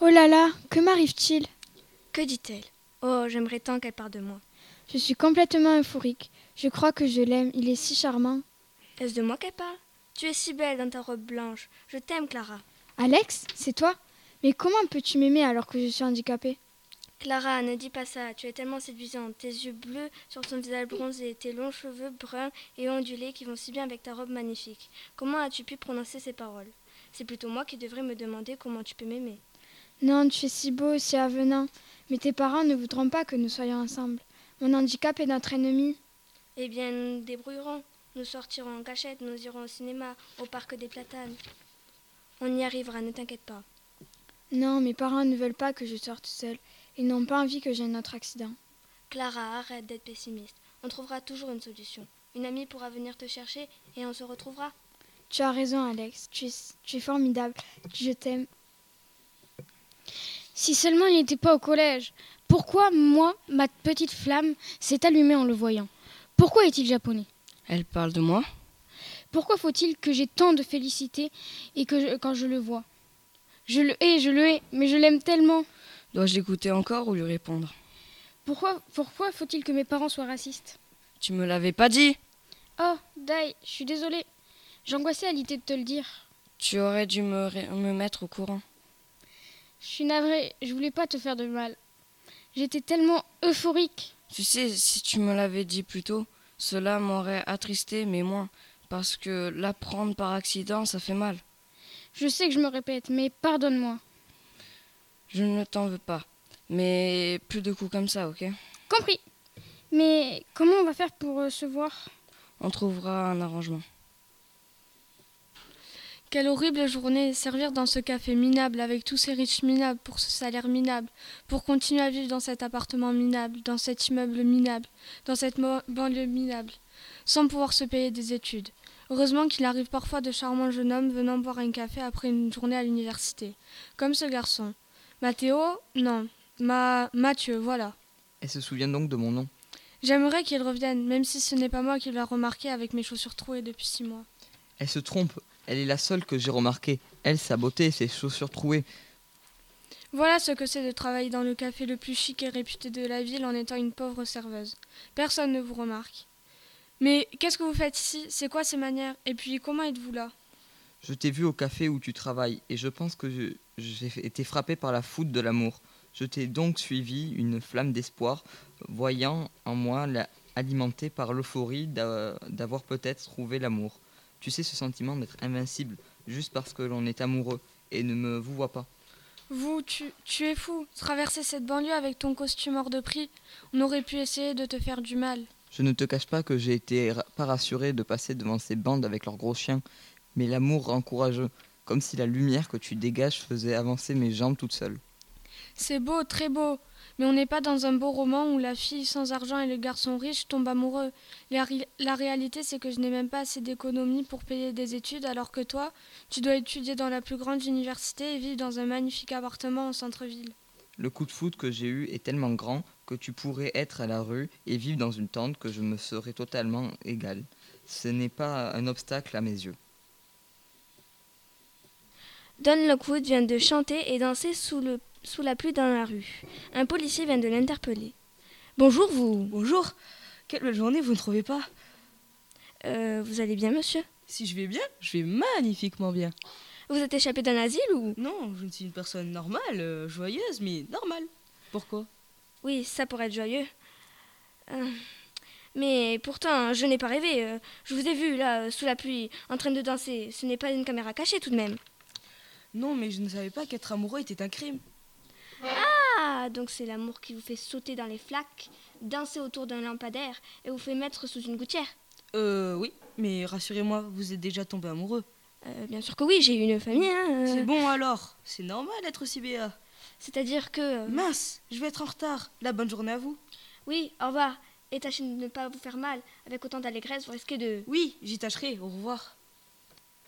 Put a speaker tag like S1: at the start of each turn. S1: Oh là là, que m'arrive-t-il
S2: Que dit-elle Oh, j'aimerais tant qu'elle part de moi.
S1: Je suis complètement euphorique. Je crois que je l'aime, il est si charmant.
S2: Est-ce de moi qu'elle parle Tu es si belle dans ta robe blanche. Je t'aime, Clara.
S1: Alex, c'est toi Mais comment peux-tu m'aimer alors que je suis handicapée
S2: Clara, ne dis pas ça. Tu es tellement séduisante. Tes yeux bleus sur ton visage bronzé, tes longs cheveux bruns et ondulés qui vont si bien avec ta robe magnifique. Comment as-tu pu prononcer ces paroles C'est plutôt moi qui devrais me demander comment tu peux m'aimer.
S1: Non, tu es si beau, si avenant. Mais tes parents ne voudront pas que nous soyons ensemble. Mon handicap est notre ennemi.
S2: Eh bien, nous nous débrouillerons. Nous sortirons en cachette, nous irons au cinéma, au parc des platanes. On y arrivera, ne t'inquiète pas.
S1: Non, mes parents ne veulent pas que je sorte seule. Ils n'ont pas envie que j'aie un autre accident.
S2: Clara, arrête d'être pessimiste. On trouvera toujours une solution. Une amie pourra venir te chercher et on se retrouvera.
S1: Tu as raison, Alex. Tu es, tu es formidable. Je t'aime.
S3: Si seulement il n'était pas au collège. Pourquoi, moi, ma petite flamme s'est allumée en le voyant Pourquoi est-il japonais
S4: Elle parle de moi
S3: Pourquoi faut-il que j'ai tant de félicité et que je- quand je le vois Je le hais, je le hais, mais je l'aime tellement.
S4: Dois-je l'écouter encore ou lui répondre
S3: Pourquoi, pourquoi faut-il que mes parents soient racistes
S4: Tu me l'avais pas dit
S3: Oh, Dai, je suis désolée. J'angoissais à l'idée de te le dire.
S4: Tu aurais dû me, ré- me mettre au courant.
S3: Je suis navrée, je voulais pas te faire de mal. J'étais tellement euphorique.
S4: Tu sais, si tu me l'avais dit plus tôt, cela m'aurait attristé, mais moins. Parce que l'apprendre par accident, ça fait mal.
S3: Je sais que je me répète, mais pardonne-moi.
S4: Je ne t'en veux pas. Mais plus de coups comme ça, ok
S3: Compris. Mais comment on va faire pour euh, se voir
S4: On trouvera un arrangement.
S5: Quelle horrible journée Servir dans ce café minable avec tous ces riches minables pour ce salaire minable, pour continuer à vivre dans cet appartement minable, dans cet immeuble minable, dans cette mo- banlieue minable, sans pouvoir se payer des études. Heureusement qu'il arrive parfois de charmants jeunes hommes venant boire un café après une journée à l'université, comme ce garçon. Mathéo Non, Ma Mathieu, voilà.
S6: Elle se souvient donc de mon nom.
S5: J'aimerais qu'il revienne, même si ce n'est pas moi qui l'a remarqué avec mes chaussures trouées depuis six mois.
S6: Elle se trompe. Elle est la seule que j'ai remarquée. Elle, sa beauté, ses chaussures trouées.
S5: Voilà ce que c'est de travailler dans le café le plus chic et réputé de la ville en étant une pauvre serveuse. Personne ne vous remarque. Mais qu'est-ce que vous faites ici C'est quoi ces manières Et puis comment êtes-vous là
S6: Je t'ai vu au café où tu travailles et je pense que je- j'ai été frappé par la foudre de l'amour. Je t'ai donc suivi, une flamme d'espoir, voyant en moi la alimentée par l'euphorie d'a- d'avoir peut-être trouvé l'amour. Tu sais ce sentiment d'être invincible juste parce que l'on est amoureux et ne me vous voit pas.
S5: Vous, tu, tu es fou. Traverser cette banlieue avec ton costume hors de prix, on aurait pu essayer de te faire du mal.
S6: Je ne te cache pas que j'ai été ra- pas rassuré de passer devant ces bandes avec leurs gros chiens, mais l'amour rend courageux, comme si la lumière que tu dégages faisait avancer mes jambes toute seule.
S5: C'est beau, très beau. Mais on n'est pas dans un beau roman où la fille sans argent et le garçon riche tombent amoureux. La, ri- la réalité, c'est que je n'ai même pas assez d'économies pour payer des études, alors que toi, tu dois étudier dans la plus grande université et vivre dans un magnifique appartement en centre-ville.
S6: Le coup de foudre que j'ai eu est tellement grand que tu pourrais être à la rue et vivre dans une tente que je me serais totalement égal. Ce n'est pas un obstacle à mes yeux.
S2: Don Lockwood vient de chanter et danser sous, le, sous la pluie dans la rue. Un policier vient de l'interpeller. Bonjour, vous.
S7: Bonjour, quelle belle journée, vous ne trouvez pas
S2: Euh, vous allez bien, monsieur
S7: Si je vais bien, je vais magnifiquement bien.
S2: Vous êtes échappé d'un asile ou
S7: Non, je ne suis une personne normale, euh, joyeuse, mais normale. Pourquoi
S2: Oui, ça pourrait être joyeux. Euh, Mais pourtant, je n'ai pas rêvé. euh, Je vous ai vu là, euh, sous la pluie, en train de danser. Ce n'est pas une caméra cachée tout de même.
S7: Non, mais je ne savais pas qu'être amoureux était un crime.
S2: Ah, donc c'est l'amour qui vous fait sauter dans les flaques, danser autour d'un lampadaire et vous fait mettre sous une gouttière.
S7: Euh, oui, mais rassurez-moi, vous êtes déjà tombé amoureux.
S2: Euh, bien sûr que oui, j'ai une famille. hein, euh,
S7: C'est bon alors, c'est normal d'être aussi béat.
S2: C'est-à-dire que... euh,
S7: Mince, je vais être en retard. La bonne journée à vous.
S2: Oui, au revoir. Et tâchez de ne pas vous faire mal. Avec autant d'allégresse, vous risquez de...
S7: Oui, j'y tâcherai, au revoir.